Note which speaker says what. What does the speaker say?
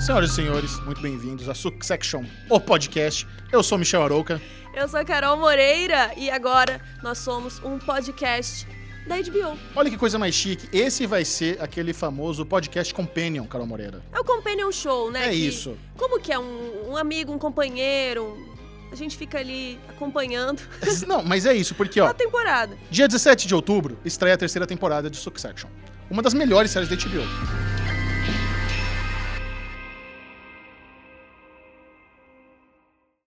Speaker 1: Senhoras e senhores, muito bem-vindos a Succession, o podcast. Eu sou Michel Arouca.
Speaker 2: Eu sou a Carol Moreira e agora nós somos um podcast da HBO.
Speaker 1: Olha que coisa mais chique, esse vai ser aquele famoso podcast companion, Carol Moreira.
Speaker 2: É o Companion Show, né?
Speaker 1: É
Speaker 2: que-
Speaker 1: isso.
Speaker 2: Como que é? Um, um amigo, um companheiro. um- A gente fica ali acompanhando
Speaker 1: Não, mas é isso, porque ó,
Speaker 2: a temporada.
Speaker 1: dia 17 de outubro estreia a terceira temporada de Succession, uma das melhores séries da HBO.